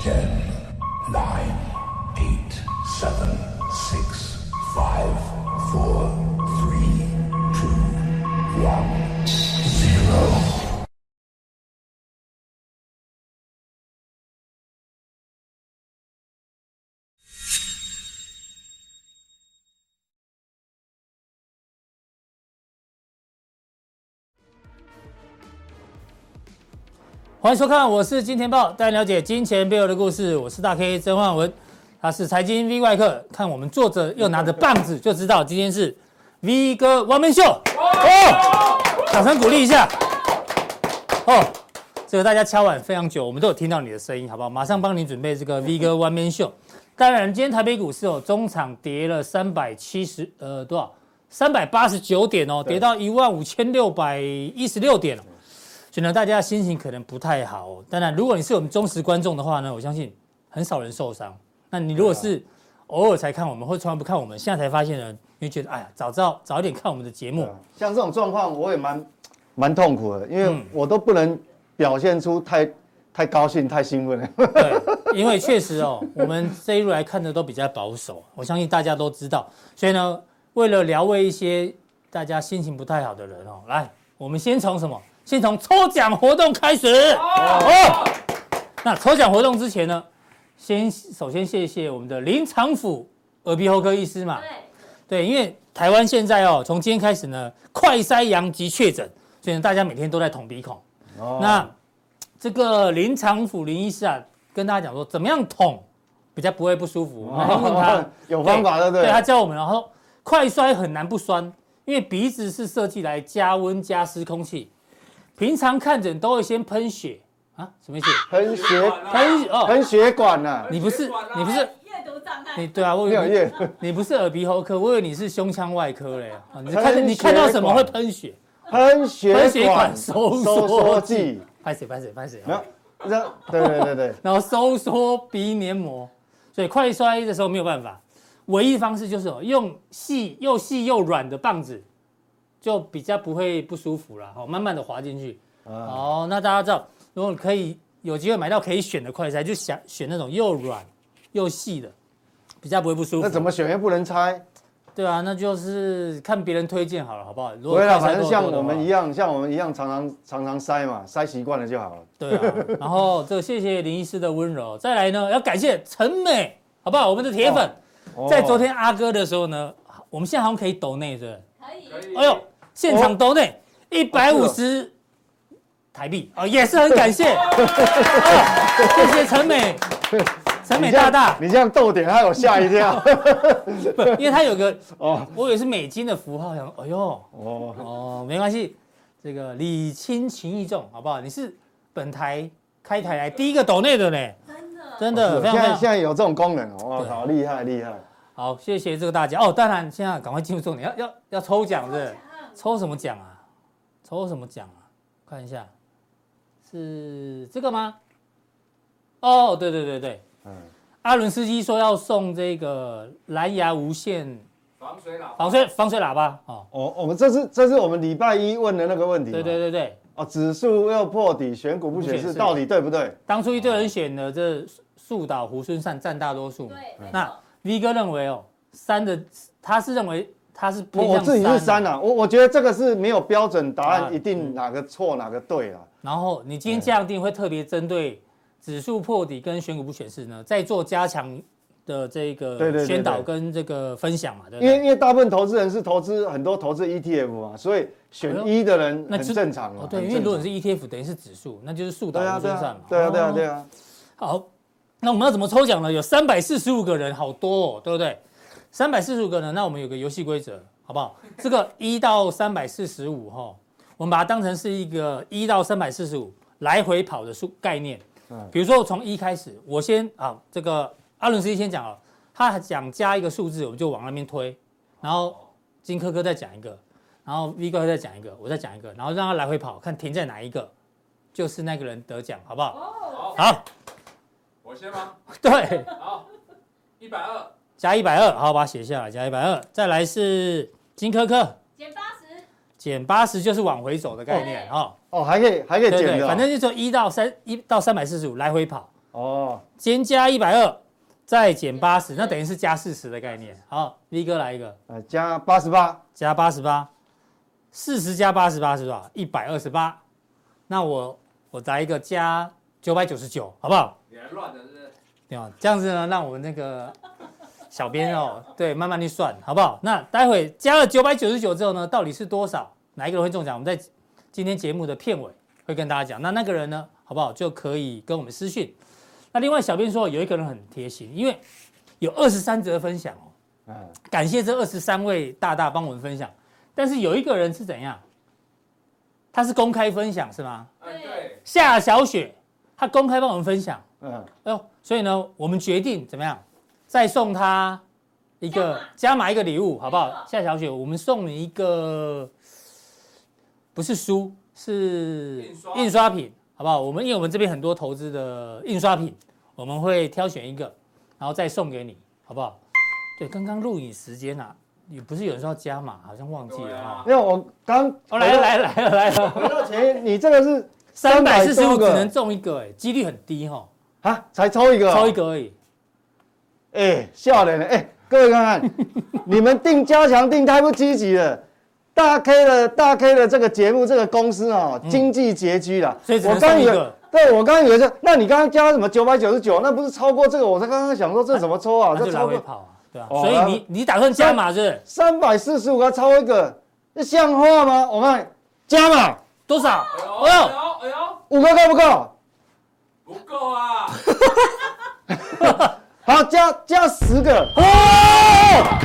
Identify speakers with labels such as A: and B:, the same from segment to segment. A: 10, 9, 8, 7, 6, 5, 4, 3, 2, 1, 0.
B: 欢迎收看，我是金钱豹，带您了解金钱背后的故事。我是大 K 曾焕文，他是财经 V 外客。看我们坐着又拿着棒子，就知道今天是 V 哥王明秀。哦，掌声鼓励一下。哦，这个大家敲碗非常久，我们都有听到你的声音，好不好？马上帮你准备这个 V 哥 One Man Show。当然，今天台北股市哦，中场跌了三百七十呃多少？三百八十九点哦，跌到一万五千六百一十六点了。所以呢，大家心情可能不太好、哦。当然，如果你是我们忠实观众的话呢，我相信很少人受伤。那你如果是偶尔才看我们，或从来不看我们，现在才发现呢，你会觉得哎呀，早知道早一点看我们的节目。
C: 像这种状况，我也蛮蛮痛苦的，因为我都不能表现出太太高兴、太兴奋了。
B: 对，因为确实哦，我们这一路来看的都比较保守，我相信大家都知道。所以呢，为了疗慰一些大家心情不太好的人哦，来，我们先从什么？先从抽奖活动开始。哦，那抽奖活动之前呢，先首先谢谢我们的林长甫耳鼻喉科医师嘛。对，因为台湾现在哦，从今天开始呢，快筛阳即确诊，所以呢大家每天都在捅鼻孔。
C: 哦
B: 那这个林长甫林医师啊，跟大家讲说，怎么样捅比较不会不舒服？我
C: 哦
B: 们还问 他
C: 有方法的，对
B: 对，他教我们，然后快摔很难不酸，因为鼻子是设计来加温加湿空气。平常看诊都会先喷血啊，什么意思？
C: 喷血
B: 喷哦，
C: 喷血管呐、
B: 你不是你不是
D: 阅读障
B: 你
D: 碍，
B: 对啊，我以
C: 没有
B: 为
C: 液
B: 你你不是耳鼻喉科，我以为你是胸腔外科嘞啊！你
C: 喷血
B: 看
C: 管
B: 你看到什么会喷血？
C: 喷
B: 喷
C: 血
B: 血管
C: 管
B: 收
C: 收
B: 缩
C: 缩剂，
B: 拍谁拍谁拍谁
C: 没有，这对对对对，
B: 然后收缩鼻黏膜，所以快摔的时候没有办法，唯一方式就是哦用细又细又软的棒子，就比较不会不舒服了，好，慢慢的滑进去。
C: 啊
B: 哦，那大家知道，如果你可以有机会买到可以选的快塞，就想选那种又软又细的，比较不会不舒服。
C: 那怎么？选又不能猜？
B: 对啊，那就是看别人推荐好了，好不好？如
C: 不会啦，
B: 快塞
C: 反正
B: 够
C: 像
B: 多的
C: 我们
B: 话
C: 一样，像我们一样常常常常塞嘛，塞习惯了就好了。
B: 对啊，然后这个谢谢林医师的温柔，再来呢要感谢陈美，好不好？我们的铁粉，
C: 哦
B: 在昨天阿哥的时候呢，我们现在好像可以抖内，对不
D: 可以，
B: 对？哎呦，现
C: 哦
B: 场抖内一百五十台币，哦，也是很感谢， 哦谢谢陈美，陈美
C: 你这
B: 大
C: 样
B: 大，
C: 你这样逗点害我吓一跳。
B: 不，因为他有个
C: 哦
B: 我以为是美金的符号，想说，哎呦，
C: 哦，
B: 哦，没关系，这个礼轻情意重，好不好？你是本台开台来第一个抖内的呢，
D: 真的，
B: 真的，非
C: 哦啊
B: 常
C: 现
B: 非
C: 在
B: 常
C: 现在有这种功能哦，哇
B: 对
C: 好厉害厉害。
B: 好，谢谢这个大家哦。当然，现在赶快进入重点，要要要抽奖是不是？抽什么奖啊？抽什么奖啊？看一下，是这个吗？哦，对对对对，
C: 嗯，
B: 阿伦斯基说要送这个蓝牙无线
E: 防水喇叭，
B: 防水防水喇叭哦。
C: 哦，我们这是这是我们礼拜一问的那个问题嘛。
B: 对对对对，
C: 哦，指数又破底，选股不选
B: 不选
C: 市，
B: 市
C: 到底对不对？
B: 当初一堆人选的这树岛猢狲散占大多数嘛。
D: 对，
B: 那 V 哥认为哦，三的他是认为他是
C: 我
B: 偏
C: 我
B: 向
C: 自己是三
B: 啊。
C: 啊，我我觉得这个是没有标准答
B: 答案
C: 案，一定哪个错哪个对啊啦。
B: 然后你今天这样定会特别针对指数破底跟选股不选市呢，再做加强的这
C: 对对
B: 个
C: 对对
B: 宣导跟这个分享嘛，对不
C: 因为
B: 对？
C: 因为大部分投资人是投资很多投资 ETF 嘛，所以
B: 哎呦
C: 选一的人
B: 那
C: 很
B: 就
C: 正常
B: 哦
C: 嘛。，
B: 对，
C: 很
B: 因为如果
C: 正常
B: 你是 ETF，等于是指数，那就是树倒
C: 对啊
B: 猢狲
C: 对
B: 散
C: 啊
B: 嘛。
C: 对啊对啊对
B: 啊。
C: 啊，
B: 好，那我们要怎么抽奖呢？有三百四十五个人，好多哦，对不对？三百四十五个人，那我们有个游戏规则，好不好？这个一到三百四十五哈，我们把它当成是一个一到三百四十五来回跑的数概念。
C: 嗯
B: 比如说我从一开始，我先啊，这个阿伦斯基先讲啊，他讲加一个数字，我们就往那边推，然后金科科再讲一个，然后 V 哥再讲一个，我再讲一个，然后让他来回跑，看停在哪一个，就是那个人得奖，好不好？
D: 哦，
B: 好，
E: 我先吗？
B: 对，
E: 好，一百二，
B: 加一百二，好，把它写下来，加一百二，再来是金科科
D: 减八十，
B: 减八十，就是往回走的概念哦，
C: 哦还可以还可以
B: 对
C: 减
B: 对，
C: 的哦，
B: 反正就从一到三一到三百四十五来回跑。
C: 哦
B: 先加一百二，再减八十，那等于是加四十的概念。好，V 哥来一个，
C: 呃，加八十八，
B: 加八十八，四十加八十八是多少？一百二十八。那我我来一个加九百九十九，好不好？
E: 你还乱的是不是？
B: 对吧？这样子呢，让我们那个小编哦，对，慢慢去算，好不好？那待会加了九百九十九之后呢，到底是多少？哪一个人会中奖？我们在今天节目的片尾会跟大家讲。那那个人呢，好不好？就可以跟我们私讯。那另外，小编说有一个人很贴心，因为有二十三则分享哦，
C: 嗯，
B: 感谢这二十三位大大帮我们分享。但是有一个人是怎样？他是公开分享是吗？
E: 哎，
D: 对
E: 对，
B: 夏小雪，她公开帮我们分享。
C: 嗯，
B: 哎呦，所以呢，我们决定怎么样，再送他一个加码一个礼物，好不
D: 没
B: 好
D: 错？
B: 夏小雪，我们送你一个，不是书，是
E: 印刷
B: 印刷品，好不好？我们因为我们这边很多投资的印刷品，我们会挑选一个，然后再送给你，好不好？对，刚刚录影时间啊，也不是有人说要加码，好像忘记
E: 对
B: 了
E: 啊
B: 啊。
C: 没有，我刚
B: 哦，来了来了来了来了，
C: 回到前一，你这个是
B: 三百四十
C: 300
B: 五
C: 多
B: 只
C: 个
B: 能中一个，哎，几率很低哈，
C: 啊，才抽一个，
B: 抽一，个而已。
C: 哎，笑脸了，哎，各位 看看，你们定加强定太不积极了。大 K 的大 K 的这个节目，这个公司哦，经济拮据了。
B: 嗯所以只能
C: 我刚
B: 送一
C: 以为
B: 个，
C: 对我刚以为是，那你刚刚加什么九百九十九，那不是超过这个？我才刚刚想说这怎么抽啊？
B: 那
C: 这
B: 就来
C: 超
B: 回
C: 过
B: 跑啊，对吧、
C: 哦
B: 所以你你打算加码是不是
C: 三百四十五个超一个，这像话吗？我看加嘛，
B: 多少？
E: 哎呦
B: 哎呦，
E: 哎呦哎呦，
C: 五个够不够？
E: 不够啊！
C: 好，加加十个。哦，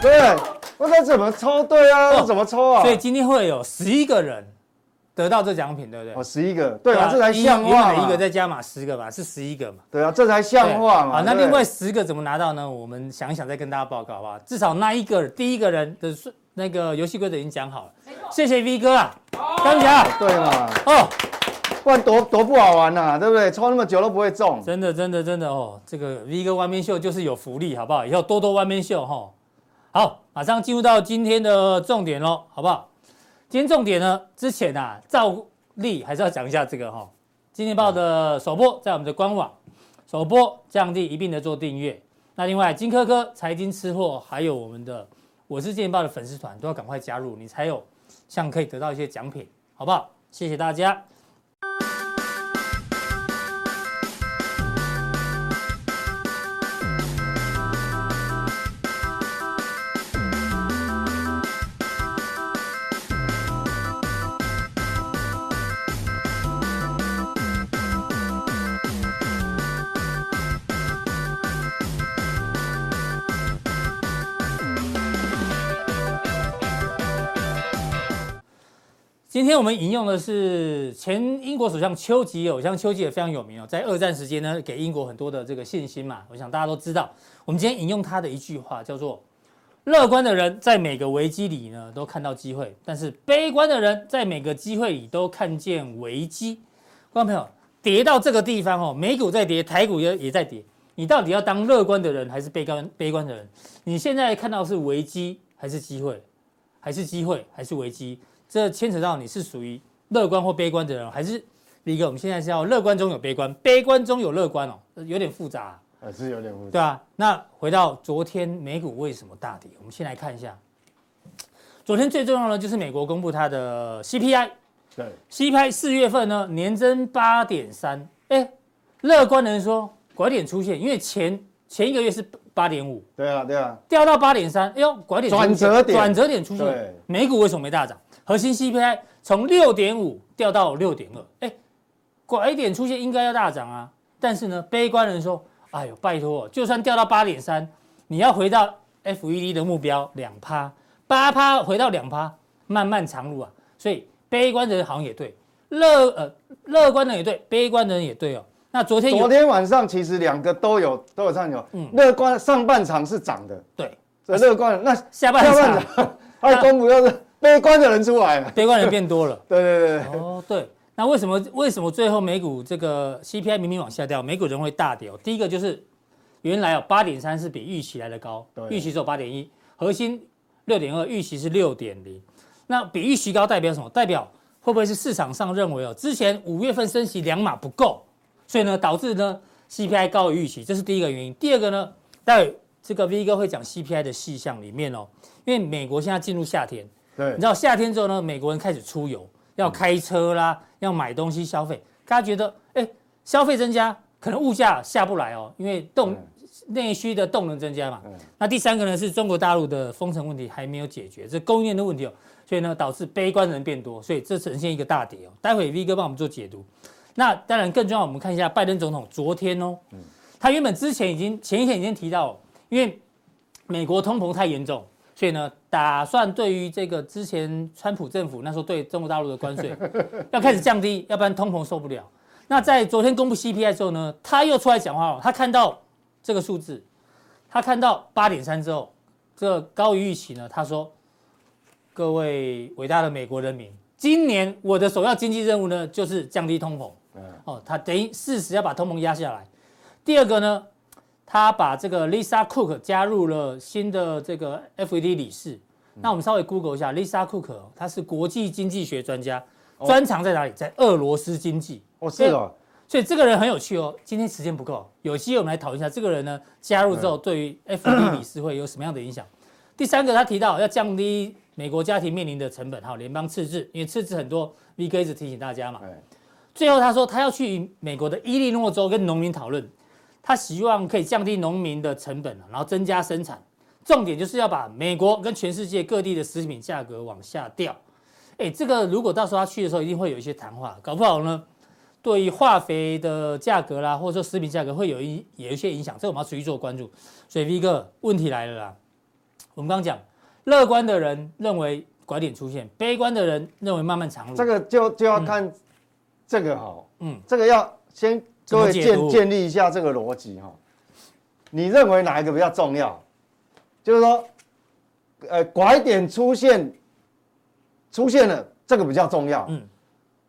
C: 对，我这怎么抽？对啊，这怎么抽啊？
B: 哦所以今天会有十一个人得到这奖品，对不对？
C: 哦，十一个，对啊，
B: 吧
C: 这才
B: 一
C: 像
B: 原
C: 话
B: 本的一个
C: 嘛。
B: 再加码十个吧，是十一个嘛？
C: 对啊，这才像话嘛。
B: 好，啊那
C: 对
B: 另外十个怎么拿到呢？我们想一想再跟大家报告好不好？至少那一个第一个人的顺那个游戏规则已经讲好了，
D: 没错，
B: 谢谢 V 哥啊，
E: 好
B: 干不起啊！
C: 对嘛，
B: 哦，
C: 不然多多不好玩呐、啊对不对？抽那么久都不会中。
B: 真的真的真的哦，这个 V 哥外面秀就是有福利，好不好？以后多多外面秀哈、好，马上进入到今天的重点喽，好不好？今天重点呢，之前啊，照例还是要讲一下这个哈、今天报的首播在我们的官网首播，降低一并的做订阅。那另外，金科科财经吃货，还有我们的我是金钱豹的粉丝团，都要赶快加入，你才有像可以得到一些奖品，好不好？谢谢大家。今天我们引用的是前英国首相丘吉尔，我相信丘吉尔非常有名哦，在二战时间呢，给英国很多的这个信心嘛，我想大家都知道。我们今天引用他的一句话，叫做“乐观的人在每个危机里呢都看到机会，但是悲观的人在每个机会里都看见危机”。观众朋友，跌到这个地方哦，美股在跌，台股也也在跌，你到底要当乐观的人还是悲观悲观的人？你现在看到是危机还是机会，还是机会还是危机？这牵扯到你是属于乐观或悲观的人，哦还是李哥？我们现在是要乐观中有悲观，悲观中有乐观哦，有点复杂啊、
C: 呃，是有点无
B: 对啊，那回到昨天美股为什么大跌？我们先来看一下，昨天最重要的就是美国公布它的 CPI，
C: 对，
B: CPI 四月份呢年增八点三，哎，乐观的人说拐点出现，因为前前一个月是八点五，
C: 对啊，对啊，
B: 掉到八点三，哎呦，拐点出现
C: 转折点
B: 转折点出现
C: 对，
B: 美股为什么没大涨？核心 CPI 从六点五掉到六点二，哎，拐点出现应该要大涨啊，但是呢，悲观人说，哎呦，拜托，就算掉到八点三，你要回到 FED 的目标两趴，八趴回到两趴，漫漫长路啊，所以悲观的人好像也对，乐呃乐观的人也对，悲观的人也对哦。那昨天有
C: 昨天晚上其实两个都有都有上有，
B: 嗯啊
C: 乐观上半场是涨的，
B: 对
C: 这乐观那
B: 下半
C: 下
B: 场
C: 半场，二公布又是悲观的人出来了，
B: 悲观人变多了。
C: 对对对对，
B: 哦，对，那为什么为什么最后美股这个 CPI 明明往下掉，美股仍会大跌、哦？第一个就是原来哦八点三是比预期来的高，
C: 对
B: 预期只有八点一，核心六点二，预期是六点零，那比预期高代表什么？代表会不会是市场上认为哦，之前五月份升息两码不够，所以呢导致呢 CPI 高于预期，这是第一个原因。第二个呢，待会这个 V 哥会讲 CPI 的细项里面哦，因为美国现在进入夏天，
C: 对
B: 你知道夏天之后呢，美国人开始出游，要开车啦，要买东西消费。大家觉得，哎，消费增加，可能物价下不来哦，因为动内需的动能增加嘛。那第三个呢，是中国大陆的封城问题还没有解决，这供应链的问题哦，所以呢，导致悲观的人变多，所以这呈现一个大跌哦。待会 V 哥帮我们做解读。那当然更重要，我们看一下拜登总统昨天哦，他原本之前已经前一天已经提到哦，因为美国通膨太严重，所以呢，打算对于这个之前川普政府那时候对中国大陆的关税要开始降低，要不然通膨受不了。那在昨天公布 CPI 之后呢，他又出来讲话了，他看到这个数字，他看到八点三之后，这个高于预期呢，他说：“各位伟大的美国人民，今年我的首要经济任务呢，就是降低通膨。哦，他等于事实要把通膨压下来。第二个呢，他把这个 Lisa Cook 加入了新的这个 FED 理事。那我们稍微 Google 一下 Lisa Cook，哦她是国际经济学专家，专长在哪里？在俄罗斯经济。
C: 哦是哦，
B: 所以这个人很有趣哦。今天时间不够，有机会我们来讨论一下这个人呢加入之后对于 FED 理事会有什么样的影响。第三个，他提到要降低美国家庭面临的成本，还有联邦赤字，因为赤字很多，V 哥一直提醒大家嘛。
C: 哎，
B: 最后他说他要去美国的伊利诺州跟农民讨论，他希望可以降低农民的成本，然后增加生产。重点就是要把美国跟全世界各地的食品价格往下掉。哎，这个如果到时候他去的时候，一定会有一些谈话，搞不好呢，对于化肥的价格啦，或者说食品价格会有一有一些影响，这我们要持续做关注。所以 V 哥，问题来了啦，我们刚刚讲，乐观的人认为拐点出现，悲观的人认为漫漫长路。
C: 这个就就要看这个哈，
B: 嗯
C: 嗯，这个要先
B: 怎
C: 各
B: 么
C: 位
B: 解
C: 建
B: 读
C: 建立一下这个逻辑哈，你认为哪一个比较重要？就是说，呃，拐点出现出现了，这个比较重要，
B: 嗯
C: 嗯，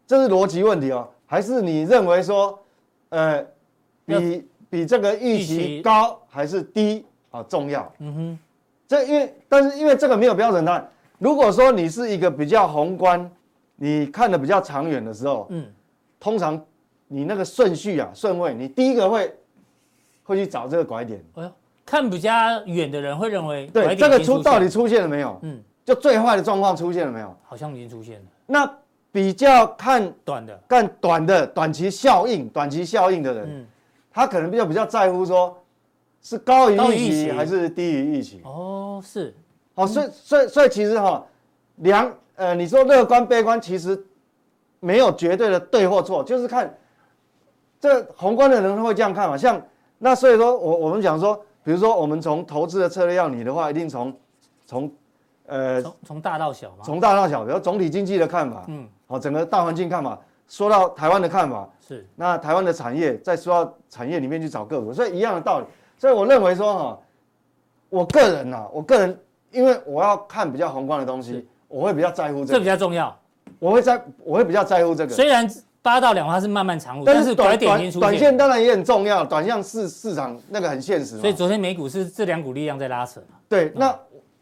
C: 这是逻辑问题哦，还是你认为说，呃，
B: 要
C: 比比这个
B: 预
C: 预期
B: 期
C: 高还是低啊重要？
B: 嗯哼。
C: 这因为，但是因为这个没有标准答案。如果说你是一个比较宏观，你看的比较长远的时候，
B: 嗯
C: 嗯，通常你那个顺序啊、顺位，你第一个会会去找这个拐点。
B: 哎呦，看比较远的人会认为拐
C: 对，
B: 点
C: 这个
B: 已经现
C: 出到底出现了没有？
B: 嗯
C: 嗯，就最坏的状况出现了没有？
B: 好像已经出现了
C: 那比较看
B: 短的，
C: 看短的、短期效应、短期效应的人，
B: 嗯，
C: 他可能比较比较在乎说，是高于
B: 高于
C: 预
B: 预期
C: 期还是低于预期？
B: 哦，是，
C: 好、所以所以所以其实哈、两呃，你说乐观悲观，其实没有绝对的对或错，就是看这宏观的人会这样看嘛。像那所以说我我们讲说，比如说我们从投资的策略要你的话，一定从从呃
B: 从从大到小嘛，
C: 从大到小，比如总体经济的看法，
B: 嗯，
C: 好、整个大环境看法，说到台湾的看法，
B: 是，
C: 那台湾的产业再说到产业里面去找个股，所以一样的道理。所以我认为说哈，我个人呐、我个人因为我要看比较宏观的东
B: 是
C: 西，我会比较在乎这
B: 这比
C: 个，
B: 较重要。
C: 我会在我会比较在乎这个。
B: 虽然八到两趴是漫漫长路，但是拐
C: 短
B: 点已
C: 短
B: 经出
C: 短
B: 现
C: 线
B: 了，
C: 当然也很重要，短线市市场那个很现实嘛。
B: 所以昨天美股是这嗯两股力量在拉扯嘛，
C: 对，那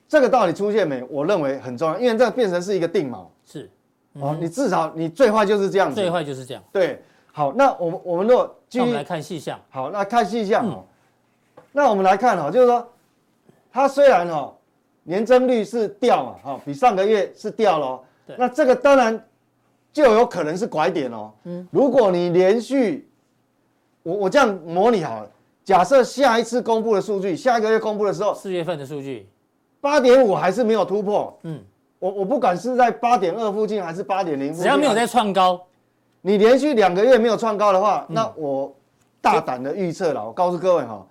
C: 这个道理出现没？我认为很重要，因为这个变成是一个定锚
B: 是，
C: 哦，你至少你最坏就是这样子。
B: 嗯最坏就是这样。
C: 对，好，那我们我们如果继
B: 那我
C: 续
B: 们来看细项，
C: 好，那看细项哦。那我们来看哈、就是说，它虽然哈、哦、年增率是掉嘛，哈、比上个月是掉了、哦
B: 对。
C: 那这个当然就有可能是拐点哦。嗯，如果你连续，我我这样模拟好了，假设下一次公布的数据，下一个月公布的时候，
B: 四月份的数据，
C: 八点五还是没有突破，
B: 嗯，
C: 我我不管是在八点二附近还是八点零，
B: 只要没有在创高，
C: 你连续两个月没有创高的话，
B: 嗯
C: 那我大胆的预测了，我告诉各位哈、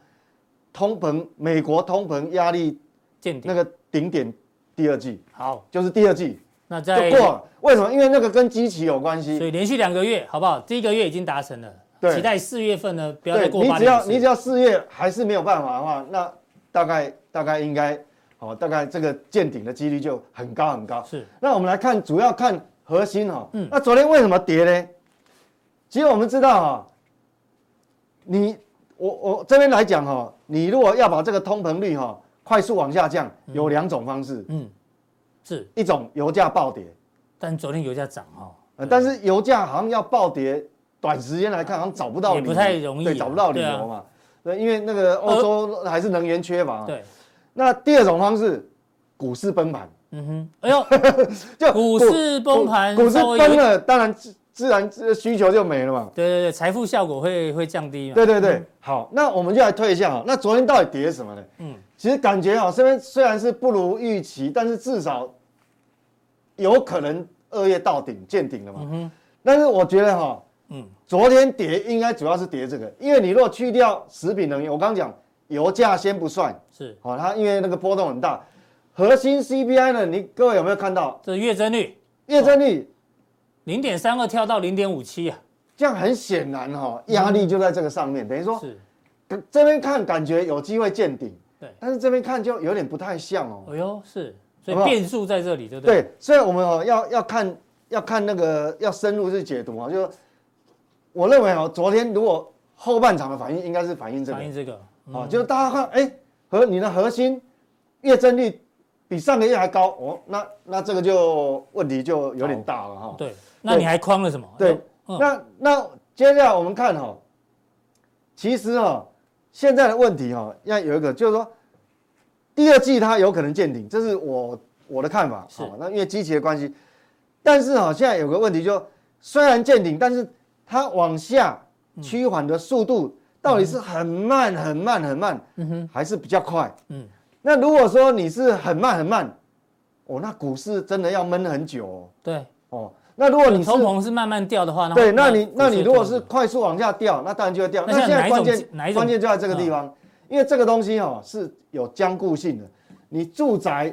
C: 通膨美国通膨压力
B: 见
C: 那
B: 顶。
C: 个顶点第二季
B: 好，
C: 就是第二季
B: 那
C: 就
B: 在
C: 过了，为什么？因为那个跟基期有关
B: 所
C: 系。
B: 以连续两个月，好不好？第一个月已经达成了，
C: 对
B: 期待四月份呢不要再
C: 对，
B: 过
C: 你
B: 八
C: 只
B: 点
C: 要
B: 五
C: 你只
B: 四。
C: 要四月还是没有办法的话，那大概大概应该好、大概这个见顶的几率就很高很高。
B: 是，
C: 那我们来看，主要看核心哈、
B: 嗯
C: 那昨天为什么跌呢？其实我们知道哈、你我我这边来讲哈、你如果要把这个通膨率哈、快速往下降，有两种方式，
B: 嗯，是，
C: 一种油价暴跌，
B: 但昨天油价涨哦，
C: 呃但是油价好像要暴跌短时间来看，好像找不到理由，
B: 也不太容易啊
C: 对，找不到理
B: 对啊
C: 由嘛。对，因为那个欧洲还是能源缺乏。，
B: 对，
C: 那第二种方式，股市崩盘，
B: 嗯哼，哎 呦，
C: 就
B: 股市崩盘
C: 股股市
B: 稍微有一
C: 崩了，当然自自然呃需求就没了嘛。
B: 对对对，财富效果会会降低嘛？
C: 对对对，好，那我们就来推一下哈。那昨天到底跌什么呢？
B: 嗯
C: 嗯，其实感觉哈，这边虽然是不如预期，但是至少有可能二月到顶见顶了嘛。
B: 嗯哼
C: 但是我觉得哈，
B: 嗯
C: 嗯，昨天跌应该主要是跌这个，因为你如果去掉食品能源，我刚刚讲油价先不算，
B: 是，
C: 好、它因为那个波动很大。核心 CPI 呢，你各位有没有看到
B: 这月增率
C: 月增率？
B: 零点三二跳到零点五七啊，
C: 这样很显然哈、压力就在这个上面，等于说
B: 嗯是，
C: 这边看感觉有机会见顶，
B: 对
C: 但是这边看就有点不太像哦。
B: 哎呦是，所以
C: 好不好
B: 变数在这里，对不对？
C: 对，所以我们哦要要看要看那个要深入去解读啊，就我认为哦，昨天如果后半场的反应应该是反映这个
B: 反映这个，嗯
C: 啊，就是大家看哎和你的核心月增率比上个月还高哦，那那这个就问题就有点大了哈。
B: 对，那你还框了什么？
C: 对，
B: 嗯
C: 那那接下来我们看哈、其实哈、现在的问题哈、要有一个就是说，第二季它有可能见顶，这是我我的看法。
B: 是
C: 好那因为基期的关系，但是哈、现在有个问题就，虽然见顶，但是它往下
B: 嗯
C: 趋缓的速度到底是很慢很慢很慢，还是比较快？
B: 嗯
C: 那如果说你是很慢很慢，哦，那股市真的要闷很久哦。
B: 对，
C: 哦那如果你是
B: 通膨是慢慢掉的话，那
C: 对，那你那你如果是
B: 股市
C: 快速往下掉，那当然就会掉。
B: 那
C: 那
B: 像
C: 现
B: 哪
C: 在
B: 一种
C: 关键
B: 哪一种嗯
C: 关键就在这个地方，因为这个东西哦是有僵固性的。你住宅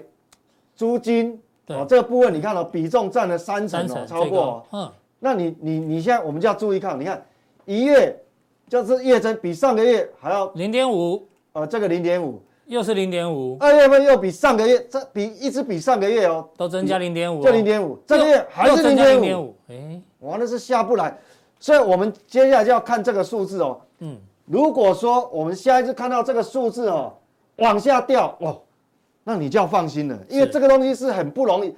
C: 租金
B: 对
C: 哦这个部分，你看哦比重占了三
B: 就
C: 成
B: 三
C: 哦
B: 成，
C: 超
B: 最
C: 过哦
B: 高。，嗯，
C: 那你你你现在我们就要注意看，你看一月就是月增比上个月还要
B: 零点五
C: 呃这个零点五，
B: 又是零点五，
C: 二月份又比上个月这比一直比上个月哦
B: 都增加零点五，
C: 就零点五，这个月还是零
B: 零
C: 点
B: 点
C: 五。
B: 五，哎，
C: 哇，那是下不来。所以我们接下来就要看这个数字哦。
B: 嗯，
C: 如果说我们下一次看到这个数字哦往下掉，哦，那你就要放心了，因为
B: 是
C: 这个东西是很不容易。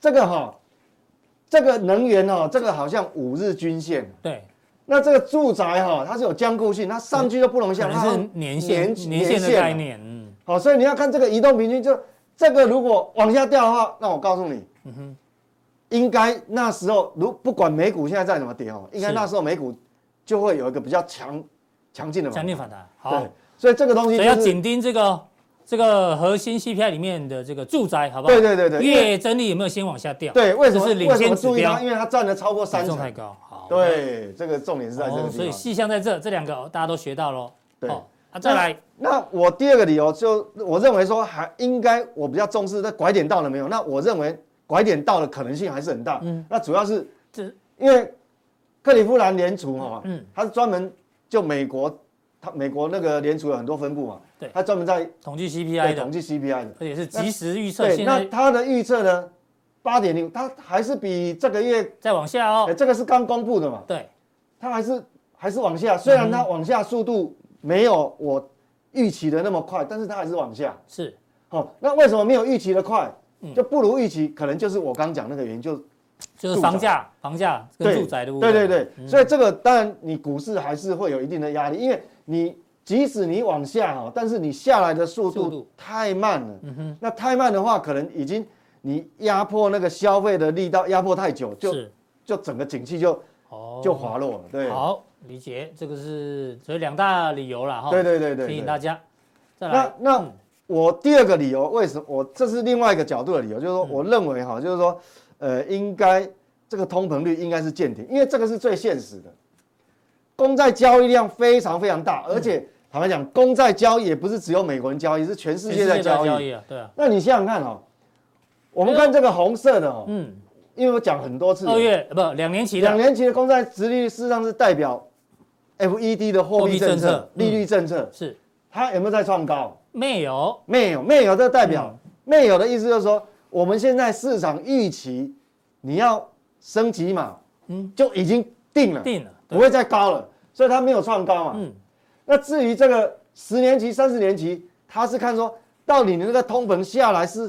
C: 这个哈、这个能源哦，这个好像五日均线。
B: 对，
C: 那这个住宅哈、它是有僵固性，它上去就不容易
B: 可
C: 下，
B: 能
C: 它
B: 是年限年
C: 年
B: 限的
C: 啊
B: 概念，嗯，
C: 好，所以你要看这个移动平均，就这个如果往下掉的话，那我告诉你，
B: 嗯
C: 应该那时候如不管美股现在再怎么跌哦，应该
B: 是
C: 那时候美股就会有一个比较强强劲的
B: 强烈
C: 反
B: 反弹，好
C: 弹对。，所以这个东西
B: 所以要
C: 就是
B: 紧盯这个这个核心 CPI 里面的这个住宅，好不好？
C: 对对对对因为
B: 月增率有没有先往下掉？
C: 对为什么
B: 这是领
C: 为什
B: 先
C: 么
B: 指
C: 注意它？
B: 标
C: 因，为它占了超过
B: 比
C: 三
B: 重太
C: 成。
B: 高。好，
C: 对，这个重点是在这个
B: 哦，所
C: 地
B: 以
C: 方。
B: 细项在这，这两个哦大家都学到喽。
C: 对
B: 哦，啊，再来，
C: 那我第二个理由就我认为说还应该我比较重视，那拐点到了没有？那我认为拐点到的可能性还是很大。嗯，那主要是
B: 这
C: 因为克利夫兰联储哈，
B: 嗯
C: 嗯，它是专门就美国，它美国那个联储有很多分部嘛，
B: 对
C: 它专门在
B: 统计
C: 对
B: CPI 的
C: 统，计 CPI 的
B: 而，且是及时预测，
C: 对，
B: 现
C: 那
B: 在
C: 它的预测呢，八点零，它还是比这个月，
B: 再往下
C: 哎，
B: 哦。
C: 这个是刚公布的嘛，
B: 对，
C: 它还是还是往下，
B: 嗯
C: 虽然它往下速度没有我预期的那么快，但是它还是往下。
B: 是
C: 好、那为什么没有预期的快？
B: 嗯
C: 就不如预期，可能就是我刚讲那个原因，就
B: 就是房价、房价跟
C: 对
B: 住宅的部分。啊嗯
C: 对对对，所以这个当然你股市还是会有一定的压力，因为你即使你往下哈，但是你下来的速
B: 速
C: 度
B: 度嗯
C: 太慢了。那太慢的话，可能已经你压迫那个消费的力道压迫太久，就是就整个景气就
B: 哦
C: 就滑落了。对，
B: 好，理解，这个是所以两大理由啦哈。
C: 对对对对对
B: 提醒大家。再
C: 那
B: 来，
C: 那
B: 嗯
C: 我第二个理由，为什么我这是另外一个角度的理由，就是说我认为哈，就是说呃，应该这个通膨率应该是见顶，因为这个是最现实的。公债交易量非常非常大，
B: 嗯
C: 而且坦白讲，公债交易也不是只有美国人交易，是全世
B: 全
C: 界
B: 世
C: 在
B: 界在
C: 交易。
B: 交易啊，对啊，
C: 那你想想看哦，我们看这个红色的哦，
B: 嗯，
C: 因为我讲很多次了，
B: 二月呃不两年期的
C: 两年期的公债殖利率事实上是代表 FED 的货币政
B: 货币政策嗯
C: 策、利率政策，
B: 是
C: 它有没有在创高？
B: 没有，
C: 没有，没有这代表、没有的意思就是说，我们现在市场预期你要升级嘛，嗯，就已经定了，
B: 定了
C: 不会再高了，所以它没有创高嘛。
B: 嗯
C: 那至于这个十年期、三十年期，它是看说到底你那个通膨下来是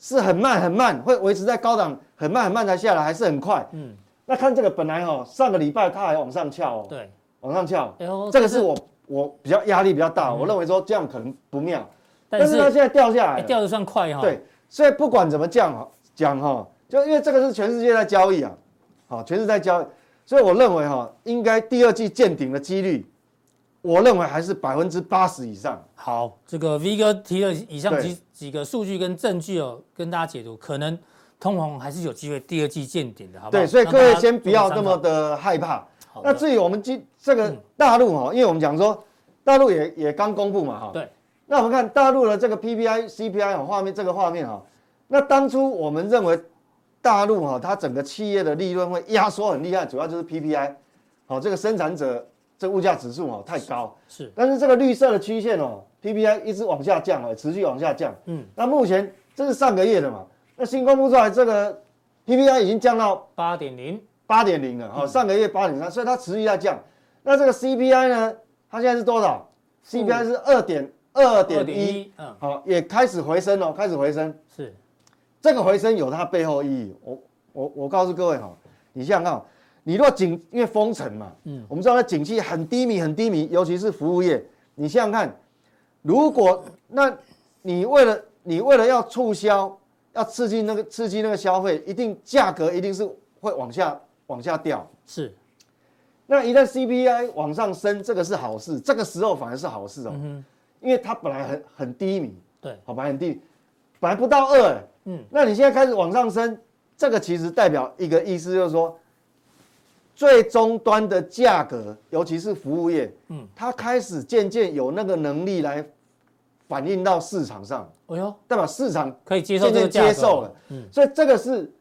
C: 是很慢很慢，会维持在高档很慢很慢才下来，还是很快？
B: 嗯，
C: 那看这个本来哦，上个礼拜它还往上翘哦，
B: 对，
C: 往上翘，
B: 哎呦
C: 这个哦是我我比较压力比较大，我认为说这样可能不妙，
B: 但
C: 但是它现
B: 是
C: 在掉下来
B: 哎
C: 了
B: 掉的算快哈，，
C: 对，所以不管怎么讲哈，讲哈，就因为这个是全世界在交易啊，好，全世界在交易，所以我认为哈，应该第二季见顶的几率，我认为还是百分之八十以上。
B: 好，这个 V 哥提了以上
C: 对
B: 几几个数据跟证据哦，跟大家解读，可能通膨还是有机会第二季见顶的，好不好？
C: 对，所以
B: 让
C: 各
B: 大
C: 位
B: 家
C: 先不
B: 做个
C: 要
B: 参
C: 那么
B: 考
C: 的害怕。
B: 好
C: 那
B: 的嗯
C: 至于我们今这个大陆哈，因为我们讲说大陆也也刚公布嘛哈，
B: 对，
C: 那我们看大陆的这个 PPI、CPI 哦画面，这个画面哈，那当初我们认为大陆哈，它整个企业的利润会压缩很厉害，主要就是 PPI，好、这个生产者这物价指数哦太高，
B: 是
C: 但是这个绿色的曲线哦，PPI 一直往下降哦，持续往下降，
B: 嗯，
C: 那目前这是上个月的嘛，那新公布出来这个 PPI 已经降到
B: 八点零，
C: 八点零了哈、上个月八点三，所以它持续在降。那这个 CPI 呢，它现在是多少？CPI 是二点哦二点一，，
B: 嗯，
C: 好，也开始回升哦，开始回升。
B: 是
C: 这个回升有它背后意义。我我我告诉各位哈、你想想看哦，你若景因为封城嘛，嗯，我们知道它景气很低迷，很低迷，尤其是服务业。你想想看，如果那你为了你为了要促销，要刺激那个刺激那个消费，一定价格一定是会往下往下掉。
B: 是，
C: 那一旦 CPI 往上升，这个是好事，这个时候反而是好事哦，因为它本来很很低迷，
B: 嗯对，
C: 好，本来很低迷，本来不到二，
B: 嗯
C: 嗯，那你现在开始往上升，这个其实代表一个意思，就是说，最终端的价格，尤其是服务业，
B: 嗯
C: 嗯，它开始渐渐有那个能力来反映到市场上，
B: 哎呦，
C: 代表市场
B: 可以接受
C: 渐
B: 这个
C: 渐
B: 价格
C: 接受了，
B: 嗯，
C: 所以这个是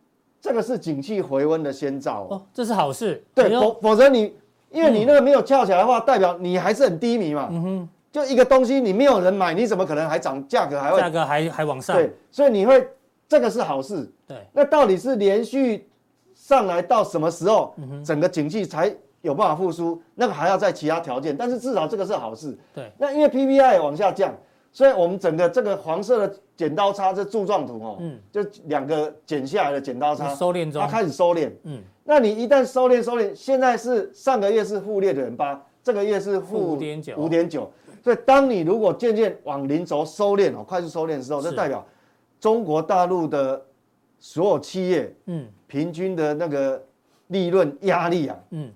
C: 这个是景气回温的先兆哦
B: 哦，这是好事，哎
C: 对，
B: 呦
C: 否否则你因为你那个没有翘起来的话，代表你还是很低迷嘛。
B: 嗯
C: 就一个东西你没有人买，你怎么可能还涨价格还
B: 价
C: 会？
B: 格还还往上，
C: 对，所以你会这个是好事。
B: 对，
C: 那到底是连续上来到什么时候，
B: 嗯
C: 整个景气才有办法复苏？那个还要在其他条件，但是至少这个是好事。
B: 对，
C: 那因为 PPI 也往下降，所以我们整个这个黄色的剪刀差这柱状图哦，
B: 嗯
C: 就两个剪下来的剪刀差
B: 收敛中
C: 它开始收敛。
B: 嗯，
C: 那你一旦收敛收敛，现在是上个月是负六点八，这个月是
B: 负
C: 负
B: 5.9
C: 五点九，所以当你如果渐渐往零轴收敛哦，快速收敛的时候，
B: 是
C: 这代表中国大陆的所有企业
B: 嗯
C: 平均的那个利润压力啊，
B: 嗯，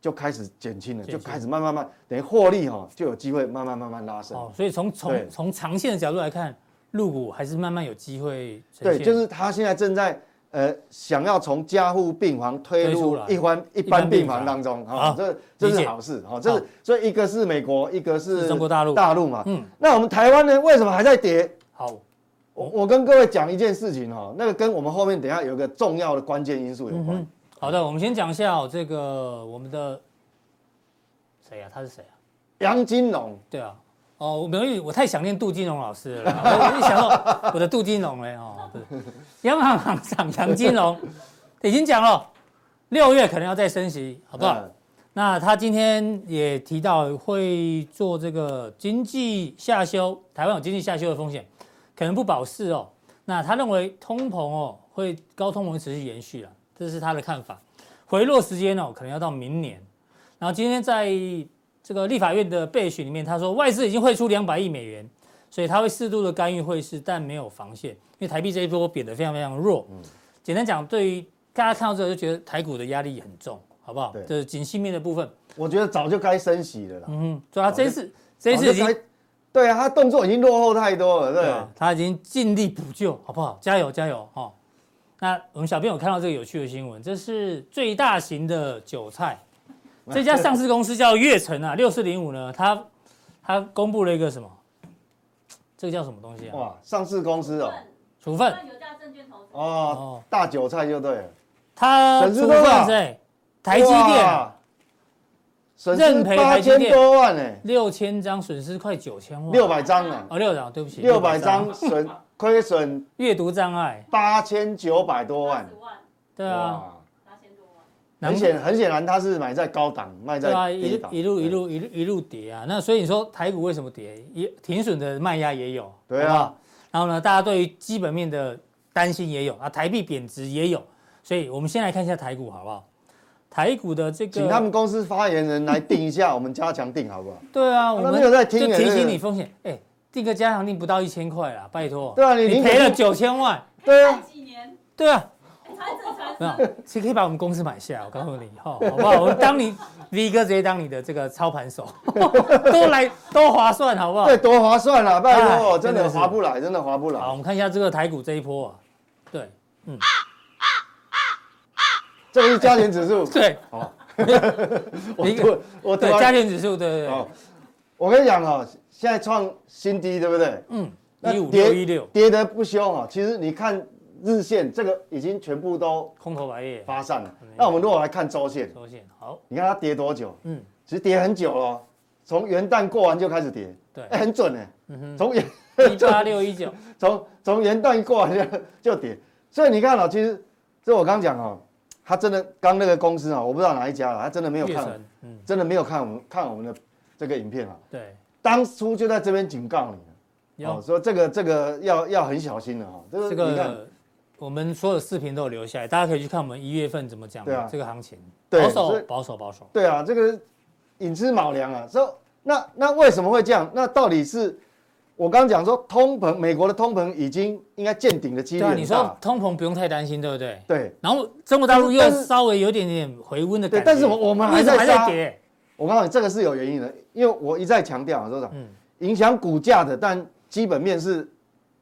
C: 就开始减轻了，
B: 减轻
C: 就开始慢慢慢，等于获利哈、哦、就有机会慢慢慢慢拉升。
B: 哦，所以从从
C: 对
B: 从长线的角度来看，入股还是慢慢有机会呈
C: 对，
B: 现，
C: 就是他现在正在呃想要从加护病房推
B: 推出
C: 入
B: 来
C: 一般一
B: 般
C: 般
B: 病
C: 病房当中，
B: 好
C: 啊，这这
B: 理
C: 是
B: 解
C: 好事，哦好，这
B: 好
C: 是所以一个是美国，一个是
B: 是中国大陆
C: 大陆嘛，
B: 嗯
C: 嗯，那我们台湾呢，为什么还在跌？
B: 好，
C: 我我跟各位讲一件事情哈，那个跟我们后面等一下有一个重要的关键因素有关
B: 嗯，，好的，我们先讲一下哦，这个我们的谁呀？他是谁啊？
C: 杨金龙，
B: 对啊，哦，我没有，我太想念杜金龙老师了啦，我一想到我的杜金龙嘞哦，对，央行行长杨金龙已经讲了，六月可能要再升息，好
C: 好
B: 不好？那他今天也提到会做这个经济下修，台湾有经济下修的风险，可能不保释哦。那他认为通膨哦会高通膨会持续延续了，啊这是他的看法。回落时间哦可能要到明年。然后今天在这个立法院的备询里面，他说外资已经汇出两百亿美元，所以他会适度的干预汇市，但没有防线，因为台币这一波贬得非常非常弱。简单讲，对于大家看到这个就觉得台股的压力很重，好不好
C: 对？
B: 这是景气面的部分。
C: 我觉得早就该升息了啦，
B: 嗯，所以
C: 哦
B: 他这一次这一次
C: 早
B: 已经
C: 就该，对啊，他动作已经落后太多了，
B: 对
C: 对
B: 啊，，他已经尽力补救，好不好？加油加油哦！那我们小编有看到这个有趣的新闻，这是最大型的韭 菜，这家上市公司叫悦城啊，六四零五呢，它它公布了一个什么？这个叫什么东西啊？
C: 哇，上市公司哦，
B: 处分
D: 有价证券投资，
C: 哦
B: 哦，
C: 大韭菜就对了。
B: 它
C: 沈思
B: 处
C: 多
B: 分
C: 啊
B: 谁？台积电啊
C: 哇，损
B: 认
C: 失
B: 赔台
C: 八
B: 积
C: 千
B: 电
C: 多万哎，
B: 六千张，损失快九千万，
C: 六百张啊，
B: 哦六张，对不起，
C: 六百张损亏损
B: 阅读障碍，
C: 八千九百多万
D: 十，万
B: 对啊，
D: 八千多万，
C: 哇，很显很显然他是买在高档，卖
B: 对啊，
C: 在
B: 一
C: 低
B: 路
C: 档，
B: 一路一
C: 对，
B: 路一路一路跌啊。那所以你说台股为什么跌？也停损的卖压也有，
C: 对
B: 好不
C: 啊
B: 好。然后呢，大家对于基本面的担心也有啊，台币贬值也有。所以我们先来看一下台股好不好？台股的这个，
C: 请他们公司发言人来定一下，我们加强定好不 好？
B: 对啊，我
C: 他们
B: 们
C: 没有在听
B: 就
C: 耶
B: 提
C: 这
B: 醒
C: 个
B: 你风险，哎，定个加强定不到一千块啦，拜托，
C: 对啊你
B: 你
C: 宁可
B: 赔了
C: 不
B: 九千万，
C: 对啊
D: 看几年，
B: 对啊，
D: 哎才正常
B: 没有，其实可以把我们公司买下来，我告诉你哈，好不好？我当你 V 哥直接当你的这个操盘手，都来都划算，好不好？
C: 对，多划算啦！拜
B: 哎
C: 托，真的
B: 真的是
C: 划不来，真的划不
B: 好，我
C: 来。
B: 们看一下这个台股这一波啊，对
C: 这个是加权指数，
B: 对，
C: 好，
B: 一
C: 我
B: 个
C: 突我突
B: 对，加
C: 然，
B: 权指数，对对
C: 啊哦，我跟你讲哦，现在创新低，对不对？
B: 对，
C: 那
B: 嗯，一五
C: 跌
B: 六一六，
C: 跌得不凶哦。其实你看日线，这个已经全部都
B: 空头白夜
C: 发散了
B: 嗯。
C: 那我们如果来看周线，
B: 收线，好，
C: 你看它跌多久？
B: 嗯，
C: 其实跌很久了哦，从元旦过完就开始跌，
B: 对，
C: 哎，很准哎。
B: 嗯
C: 从元
B: 哼，一八六一九，
C: 从从元旦过完就就跌，所以你看哦，其实这我刚讲哦，他真的刚那个公司啊、我不知道哪一家了，他真 的没有
B: 月
C: 看，
B: 神，嗯，
C: 真的没有看我们看我们的这个影片啊，
B: 对，
C: 当初就在这边警告你了，
B: 有
C: 哦，说这个这个要要很小心了哈、哦，这个
B: 这
C: 你看
B: 个我们所有视频都有留下来，大家可以去看我们一月份怎么讲
C: 对啊
B: 这个行情，
C: 对
B: 保
C: 所
B: 守
C: 以
B: 保守保守，
C: 对啊，这个引资卯粮啊，说那那为什么会这样？那到底是我刚讲说通膨，美国的通膨已经应该见顶的几
B: 对啊，
C: 率很大，
B: 你说通膨不用太担心，对不对？
C: 对。
B: 然后中国大陆又
C: 但是
B: 稍微有点点回温的感
C: 对
B: 觉，
C: 但是我我们还
B: 为什么
C: 在
B: 还在
C: 杀
B: 跌，
C: 我告诉你，这个是有原因的，因为我一再强调啊，周长，
B: 嗯
C: 影响股价的，但基本面是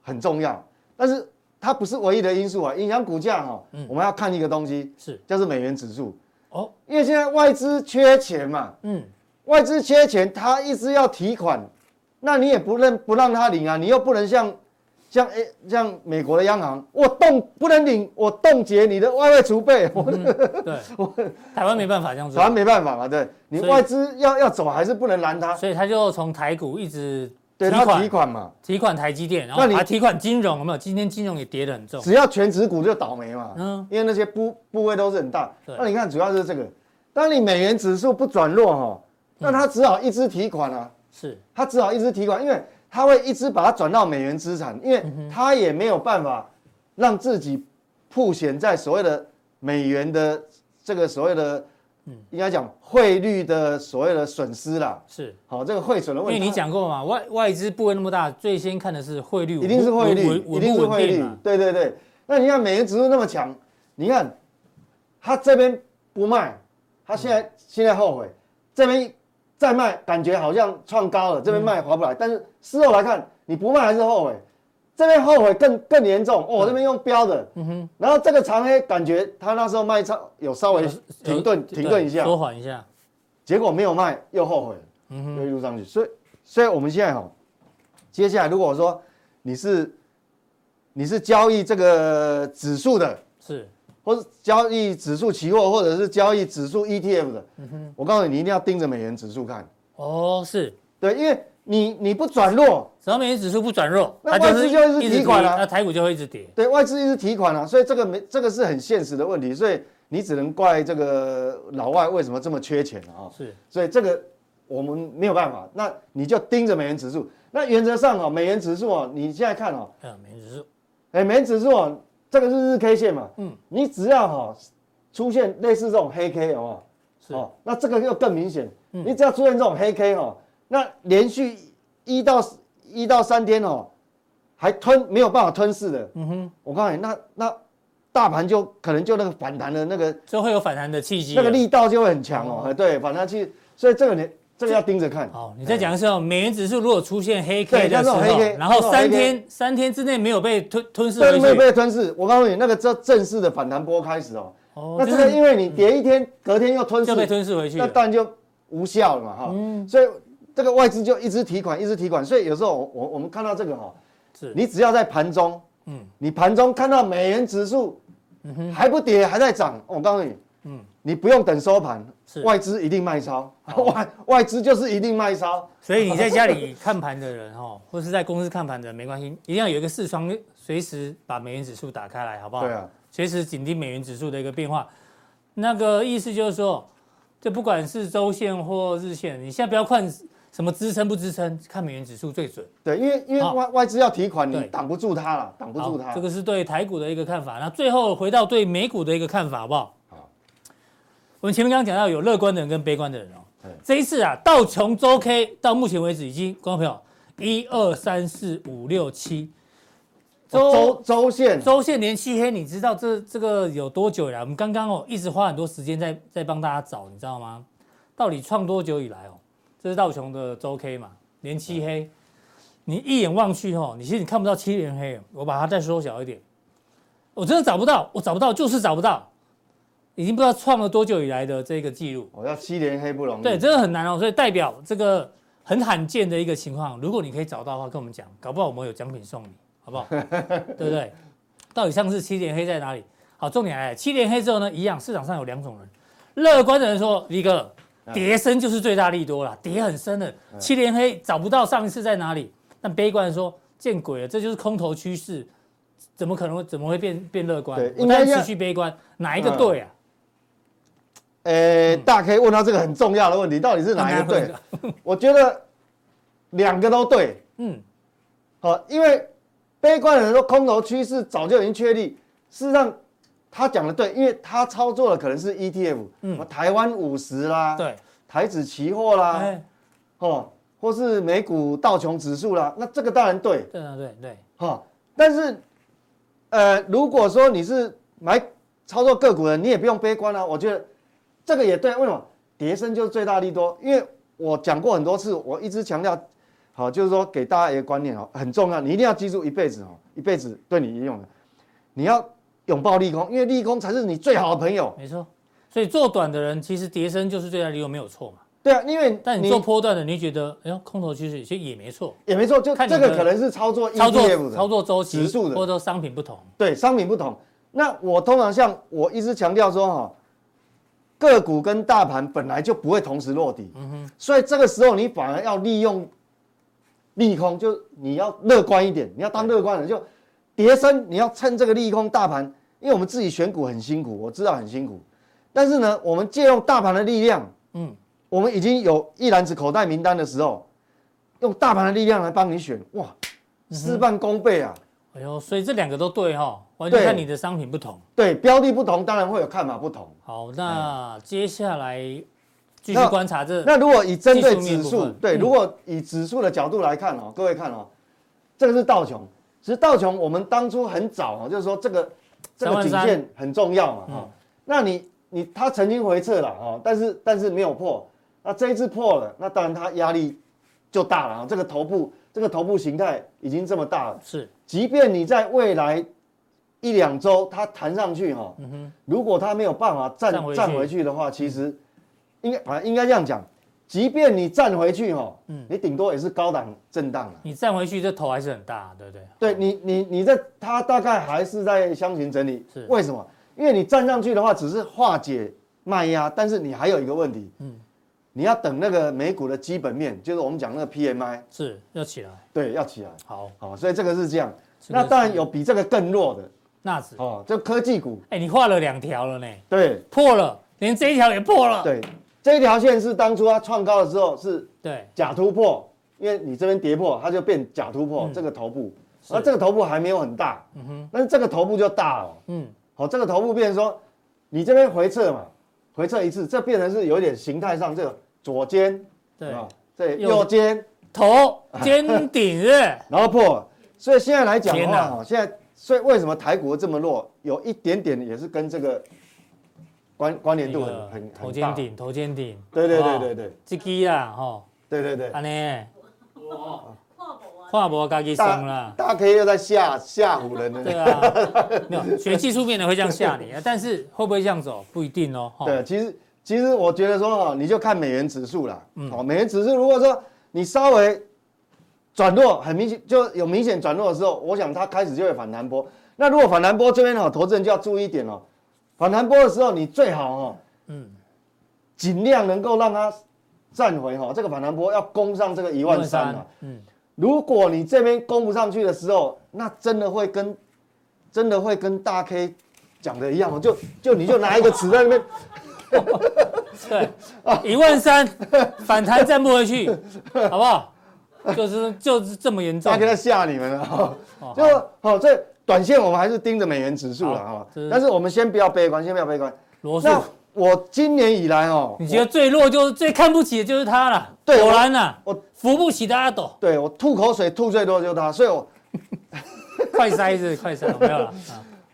C: 很重要，但是它不是唯一的因素啊。影响股价哈、
B: 嗯
C: 我们要看一个东西，
B: 是
C: 就是美元指数，
B: 哦，
C: 因为现在外资缺钱嘛，
B: 嗯，
C: 外资缺钱，它一直要提款，那你也不认不让它领啊，你又不能像像诶像美国的央行，我冻不能领，我冻结你的外汇储备，我
B: 嗯 对，台湾没办法这样
C: 反正
B: 做，
C: 没办法嘛，对你
B: 所以
C: 外资要要走还是不能拦它，
B: 所以他就从台股一直
C: 对
B: 提
C: 它提
B: 款
C: 款嘛。
B: 提款台积电，然
C: 那
B: 后
C: 你
B: 还提款金融，有没有？今天金融也跌得很重，
C: 只要全指股就倒霉嘛，
B: 嗯
C: 因为那些部部位都是很大。
B: 对
C: 那你看，主要是这个，当你美元指数不转弱哈、那
B: 嗯
C: 它只好一支提款啊，
B: 是
C: 它只好一支提款，因为它会一直把它转到美元资产，因为
B: 嗯
C: 它也没有办法让自己曝显在所谓的美元的这个所谓的，
B: 嗯
C: 应该讲汇率的所谓的损失啦。
B: 是。
C: 好、这个汇损的
B: 因
C: 问
B: 为
C: 题，
B: 你讲过嘛，外外资部位那么大，最先看的是汇率稳不，
C: 一定是汇率
B: 稳，
C: 一
B: 稳
C: 定
B: 不
C: 是
B: 稳
C: 汇
B: 定
C: 率
B: 嘛。
C: 对对对，那你看美元指数那么强，你看他这边不卖，他现在、
B: 嗯
C: 现在后悔，这边再卖感觉好像创高了，这边卖
B: 嗯
C: 划不来，但是事后来看，你不卖还是后悔，这边后悔更更严重
B: 嗯
C: 哦，这边用标的，然后这个长黑感觉他那时候卖超有稍微停顿
B: 对
C: 停顿一下，
B: 缩缓一下。
C: 结果没有卖，又后悔，又一路上去。所以，所以我们现在哈，接下来如果说你是你是交易这个指数的，
B: 是，
C: 或是交易指数期货，或者是交易指数 ETF 的，我告诉你，你一定要盯着美元指数看，
B: 哦，是，
C: 对，因为你你不转弱，
B: 只要美元指数不转弱，
C: 那
B: 它
C: 外资就一直
B: 直
C: 提款啊
B: 那台股就会一直跌。
C: 对外资一直提款啊，所以这个没这个是很现实的问题，所以你只能怪这个老外为什么这么缺钱啊、
B: 是，
C: 所以这个我们没有办法，那你就盯着美元指数。那原则上哦，美元指数哦，你现在看哦，
B: 嗯，美元指数，
C: 哎，美元指数哦，这个是日 K 线嘛，
B: 嗯
C: 嗯，你只要哈、哦、出现类似这种黑 K 有没
B: 是
C: 有？哦，那这个又更明显，你只要出现这种黑 K 哦，那连续一到一到三天哦，还吞没有办法吞噬的，嗯哼，我告诉你，那那大盘就可能就那个反弹的那个
B: 就会有反弹的契机啊。
C: 那个力道就会很强哦，哎对，反弹去，所以这个你这个要盯着看。
B: 好，你再讲一次哦，美元指数如果出现黑 K
C: 对
B: 的时
C: 像这
B: 候
C: 种黑 K，，
B: 然后
C: 像这种
B: 三
C: K
B: 天三天之内没有被吞吞噬
C: 对，
B: 回
C: 没有
B: 去，
C: 被吞噬。我告诉你，那个叫正式的反弹波开始哦。
B: 哦
C: 那这
B: 就
C: 个
B: 是
C: 因为你跌一天，隔天又吞
B: 就被
C: 噬，
B: 吞噬回去
C: 那
B: 了。
C: 当然就无效了嘛哈。所以这个外资就一直提款，一直提款。所以有时候我我我们看到这个哈，
B: 是，
C: 你只要在盘中，
B: 嗯
C: 你盘中看到美元指数还不跌，还在涨，我告诉你，你不用等收盘
B: 是，
C: 外资一定卖超，外外资就是一定卖超。
B: 所以你在家里看盘的人哦，或是在公司看盘的人没关系，一定要有一个视窗，随时把美元指数打开来，好不好？
C: 对啊，
B: 随时紧盯美元指数的一个变化。那个意思就是说，就不管是周线或日线，你现在不要看什么支撑不支撑，看美元指数最准。
C: 对，因为因为
B: 好
C: 外外资要提款，你
B: 对
C: 挡不住它了，挡不住
B: 好
C: 它
B: 这。个是对台股的一个看法。那最后回到对美股的一个看法，好不好？
C: 好。
B: 我们前面刚刚讲到有乐观的人跟悲观的人哦
C: 对。
B: 这一次啊，道琼周 K 到目前为止已经，观众朋友，一二三四五六七，
C: 周周线
B: 周线连七黑，你知道这这个有多久以来？我们刚刚哦一直花很多时间在在帮大家找，你知道吗？到底创多久以来哦？这是道琼的周 K 嘛，连七黑，你一眼望去哦，你其实你看不到七连黑，我把它再缩小一点，我真的找不到，我找不到，就是找不到，已经不知道创了多久以来的这个记录。
C: 哦我要七连黑不容易。
B: 对，真的很难哦，所以代表这个很罕见的一个情况，如果你可以找到的话，跟我们讲，搞不好我们有奖品送你，好 不好？对不对？到底上次七连黑在哪里？好，重点来了，七连黑之后呢，一样，市场上有两种人，乐观的人说，李哥，
C: 嗯
B: 跌深就是最大利多啦，跌很深的，七连黑找不到上一次在哪里。但悲观的说，见鬼了，这就是空头趋势，怎么可能会怎么会变变乐观
C: 对？
B: 我
C: 应该
B: 单
C: 要
B: 持续悲观，哪一个
C: 嗯
B: 对啊？嗯
C: 呃，大家可以问到这个很重要的问题，到底是哪一个
B: 很
C: 对
B: 难？
C: 我觉得两个都对，
B: 嗯，
C: 好，因为悲观的人说空头趋势早就已经确立，事实上他讲的对，因为他操作的可能是 ETF，嗯，台湾五十啦，，
B: 对，
C: 台指期货啦，
B: 哎，
C: 哦，或是美股道琼指数啦，那这个当然对，
B: 对啊，对对，
C: 哈、但是，呃，如果说你是买操作个股的，你也不用悲观啊。我觉得这个也对，为什么？跌升就是最大利多，因为我讲过很多次，我一直强调，好，就是说给大家一个观念哦，很重要，你一定要记住一辈子哦，一辈子对你用的，你要拥抱利空，因为利空才是你最好的朋友。
B: 没错。所以做短的人其实跌升就是最大理由没有错嘛。
C: 对啊，因为
B: 但你做波段的，你觉得哎呦空头趋势其实也没错，
C: 也没错，就
B: 看你
C: 这个
B: 的
C: 可能是操作
B: 操
C: ETF
B: 作
C: 的
B: 操作周期
C: 指数的
B: 或者说商品不同，
C: 对，商品不同。那我通常像我一直强调说哈、个股跟大盘本来就不会同时落底，
B: 嗯
C: 所以这个时候你反而要利用利空，就你要乐观一点，你要当乐观人，就跌升，你要趁这个利空大盘，因为我们自己选股很辛苦，我知道很辛苦，但是呢，我们借用大盘的力量，
B: 嗯，
C: 我们已经有一篮子口袋名单的时候，用大盘的力量来帮你选，哇，事半功倍啊！
B: 哎呦，所以这两个都对哈、完全
C: 对
B: 看你的商品不同。
C: 对，标的不同，当然会有看法不同。
B: 好，那接下来继续
C: 哎那
B: 观察这，
C: 那如果以针对
B: 技术面
C: 指
B: 部
C: 数，
B: 分
C: 对，
B: 嗯
C: 如果以指数的角度来看哦，各位看哦，这个是道琼。其实道琼我们当初很早哦，就是说这个这个
B: 33000
C: 颈线很重要嘛哈、哦那你你它曾经回撤了哦，但是但是没有破，那这一次破了，那当然它压力就大了啊、哦。这个头部这个头部形态已经这么大了，
B: 是
C: 即便你在未来一两周它弹上去哈、如果它没有办法站
B: 嗯站回去
C: 站回去的话，其实应该啊应该这样讲，即便你站回去哈、
B: 嗯
C: 你顶多也是高档震荡了。
B: 你站回去这头还是很大，对不对？
C: 对你你你在它大概还是在箱型整理
B: 是，
C: 为什么？因为你站上去的话，只是化解卖压，但是你还有一个问题，
B: 嗯
C: 你要等那个美股的基本面，就是我们讲那个 PMI，
B: 是要起来。
C: 对，要起来。
B: 好，
C: 好、所以这个是这样。
B: 这个
C: 那
B: 是
C: 当然有比这个更弱的，
B: 纳指，
C: 哦，这科技股，
B: 哎，你画了两条了呢，
C: 对
B: 破了，连这一条也破了。
C: 对，这一条线是当初它创高的时候是
B: 对，
C: 假突破，因为你这边跌破，它就变假突破、
B: 嗯
C: 这个头部，那这个头部还没有很大，但是这个头部就大了，
B: 嗯，
C: 好、这个头部变成说，你这边回撤嘛，回撤一次，这变成是有一点形态上这个左肩，
B: 对
C: 有没有，这里
B: 右
C: 右肩，
B: 头尖顶日，
C: 然后破了，所以现在来讲的
B: 天哪
C: 话，哦哈，现在所以为什么台股会这么弱，有一点点也是跟这个关关联度
B: 那个
C: 很很
B: 头
C: 很
B: 肩
C: 大。
B: 顶，头肩顶。
C: 对对
B: 好
C: 对
B: 不好
C: 对对
B: 这支啦，吼，
C: 对对对，
B: 安尼
E: 哦，
D: 跨博啊，
B: 看无家己
C: 大
B: 松啦，
C: 大 K 又在吓吓唬人
B: 对
C: 了。
B: 啊，没有学技术面的会这样吓 你啊，但是会不会这样走不一定哦，吼
C: 对，其实其实我觉得说哈，你就看美元指数啦。
B: 嗯
C: 好，美元指数如果说你稍微转弱，很明显就有明显转弱的时候，我想它开始就会反弹波。那如果反弹波这边哈，哦投资人就要注意一点哦。反弹波的时候，你最好哈，
B: 嗯
C: 嗯，尽量能够让它站回哦哈，这个反弹波要攻上这个一万三啊。，
B: 嗯，
C: 如果你这边攻不上去的时候，那真的会跟真的会跟大 K 讲的一样哦，就就你就拿一个尺 在那边，
B: 对，一万三反弹站不回 去，好不好？就是就是这么严重
C: 大 K 在吓你们了哈、
B: 哦
C: 就好、这短线我们还是盯着美元指数了
B: 好
C: 哈、
B: 这是
C: 但是我们先不要悲观，先不要悲观。
B: 罗素
C: 那我今年以来哦，
B: 你觉得最弱就是最看不起的就是他了，
C: 对
B: 果
C: 我
B: 然呐，
C: 我
B: 扶不起的阿 斗，
C: 对我吐口水吐最多就是他，所以我
B: 快塞是快塞，没有了，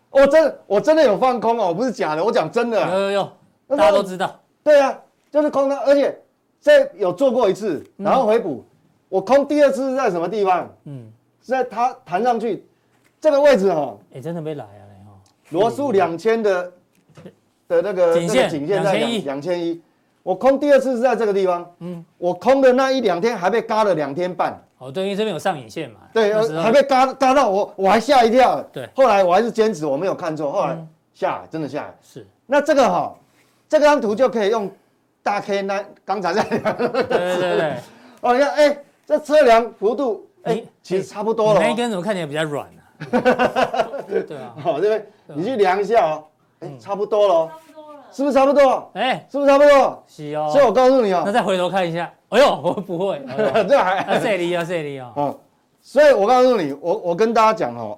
C: 我真的我真的有放空哦，我不是假的，我讲真的
B: 啊
C: 啊。
B: 有有有，
C: 那
B: 大家
C: 那
B: 都知道，
C: 对啊，就是空单，而且这有做过一次，然后回补。我空第二次是在什么地方？
B: 嗯，
C: 是在它弹上去这个位置哦，
B: 哎，真的没来啊，嘞哦
C: 罗素两千的的那个
B: 颈线
C: 那个颈线在
B: 2100
C: 两千一。我空第二次是在这个地方，嗯，我空的那一两天还被嘎了两天半，
B: 哦，对，因为这边有上影线嘛，
C: 对，
B: 那时
C: 呃
B: 候
C: 还被嘎嘎到我，我还吓一跳。
B: 对嗯
C: 后来我还是坚持我没有看错，后来下来真的下来。
B: 是，
C: 那这个哈、这张图就可以用大 K 那刚才在
B: 对对对对，
C: 哦，你看，哎、这测量幅度，哎、
B: 你
C: 其实差不 多
B: 你
C: 了、
B: 那
C: 哦
B: 一。根怎么看起来比较软 呢？对啊，嗯
C: 好、这边你去量一下哦，哎、差不多了、哦，
D: 差不多了。
C: 是不是差不多？
B: 哎，
C: 是不是差不多？
B: 是哦，
C: 所以我告诉你
B: 那
C: 哦，
B: 再回头看一下，哎呦，我不会，哎呦
C: 这还、
B: 啊这里啊这里啊，
C: 哦，所以我告诉你，我我跟大家讲哦，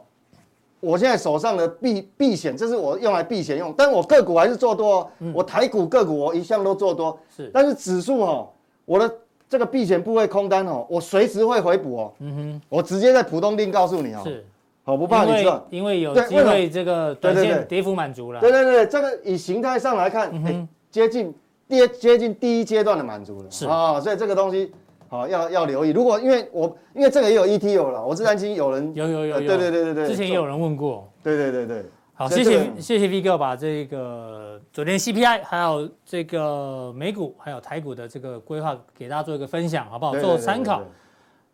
C: 我现在手上的避避险，这是我用来避险用，但我个股还是做多、哦，
B: 嗯
C: 我台股个股我一向都做多，
B: 是
C: 但是指数哦，我的这个避险部位空单哦，我随时会回补哦，
B: 嗯
C: 我直接在浦东定告诉你哦
B: 哼，，是。
C: 好不怕
B: 因
C: 你
B: 为
C: 知道。
B: 因为有
C: 对
B: 机
C: 为什么
B: 会这个短
C: 对对
B: 线
C: 对
B: 跌幅满足了，
C: 对对对，这个以形态上来
B: 嗯
C: 看，哎、接近接接近第一阶段的满足了，
B: 是
C: 啊、所以这个东西好、要要留意。如果因为我因为这个也有 ETO 了，我是担心有人
B: 有有有
C: 呃
B: 有，
C: 对对对对对，
B: 之前也有人问过。
C: 对对对对，
B: 好，
C: 所
B: 谢
C: 以这
B: 谢
C: 个
B: 谢谢 V 哥把这个昨天 CPI 还有这个美股还有台股的这个规划给大家做一个分享，好不好？
C: 对
B: 哦做
C: 对对
B: 参考
C: 对。对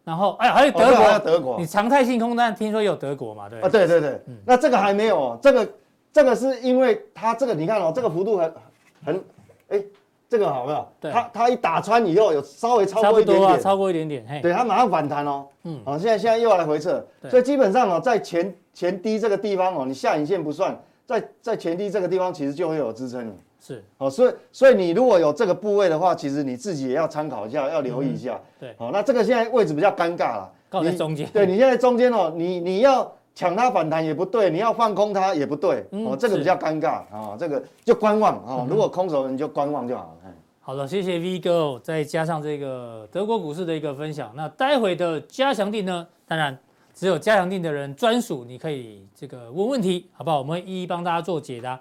B: 然后哎，还有
C: 哦
B: 德
C: 对还
B: 国，
C: 有德国
B: 你常态性空单听说也有德国嘛？对
C: 啊，，对对
B: 嗯
C: 对，那这个还没有，哦，这个这个是因为它这个你看哦，这个幅度很很，哎，这个好没有？
B: 对
C: 它它一打穿以后有稍微超
B: 差
C: 过
B: 不
C: 一点
B: 多啊，
C: 点，
B: 超过一点点，嘿，
C: 对，它马上反弹哦。
B: 嗯
C: 嗯，好、现在现在又要来回撤，
B: 对
C: 所以基本上哦，在前前低这个地方哦，你下影线不算，在在前低这个地方其实就会有支撑了。
B: 是
C: 哦，所以所以你如果有这个部位的话，其实你自己也要参考一下，要留意一下。
B: 对
C: 好、那这个现在位置比较尴尬了，
B: 嗯刚好在
C: 你
B: 中间
C: 对你现在中间哦，你你要抢它反弹也不对，你要放空它也不对，
B: 嗯
C: 哦，这个
B: 是嗯
C: 比较尴尬啊、哦，这个就观望啊、哦如果空手你就观望就好了。哎
B: 好的，谢谢 V 哥哦，再加上这个德国股市的一个分享。那待会的加强定呢，当然只有加强定的人专属，你可以这个问问题，好不好？我们会一一帮大家做解答。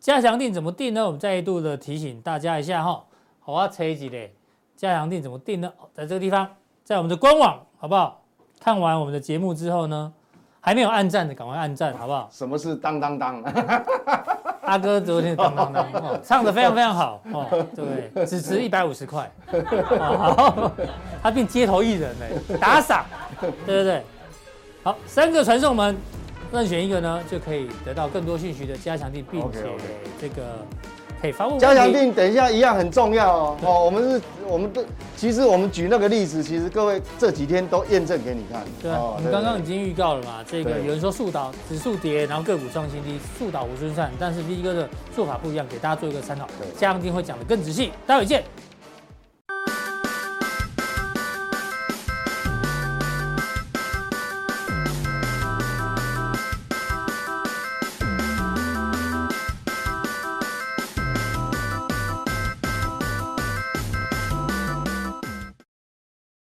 B: 加强定怎么定呢？我们再度的提醒大家一下哈，好啊，这一集嘞，加强定怎么定呢？哦在这个地方，在我们的官网，好不好？看完我们的节目之后呢，还没有按赞的，赶快按赞，好不好？
C: 什么是当当当？
B: 阿哥昨天当当 当，哦唱的非常非常好哦，对，只值一百五十块，哦好 他变街头艺人嘞，打 赏，对对对，好，三个传送门，任选一个呢，就可以得到更多讯息的加强定，并且
C: OK，OK
B: 这个可以发问问题
C: 加强定等一下一样很重要哦。哦，我们是，我们都其实我们举那个例子，其实各位这几天都验证给你看。
B: 对啊，
C: 哦
B: 我们刚刚已经预告了嘛，这个
C: 对
B: 有人说树倒指数跌，然后个股创新低，树倒猢狲散，但是 V 哥的做法不一样，给大家做一个参考
C: 对，
B: 加强定会讲的更仔细，待会见。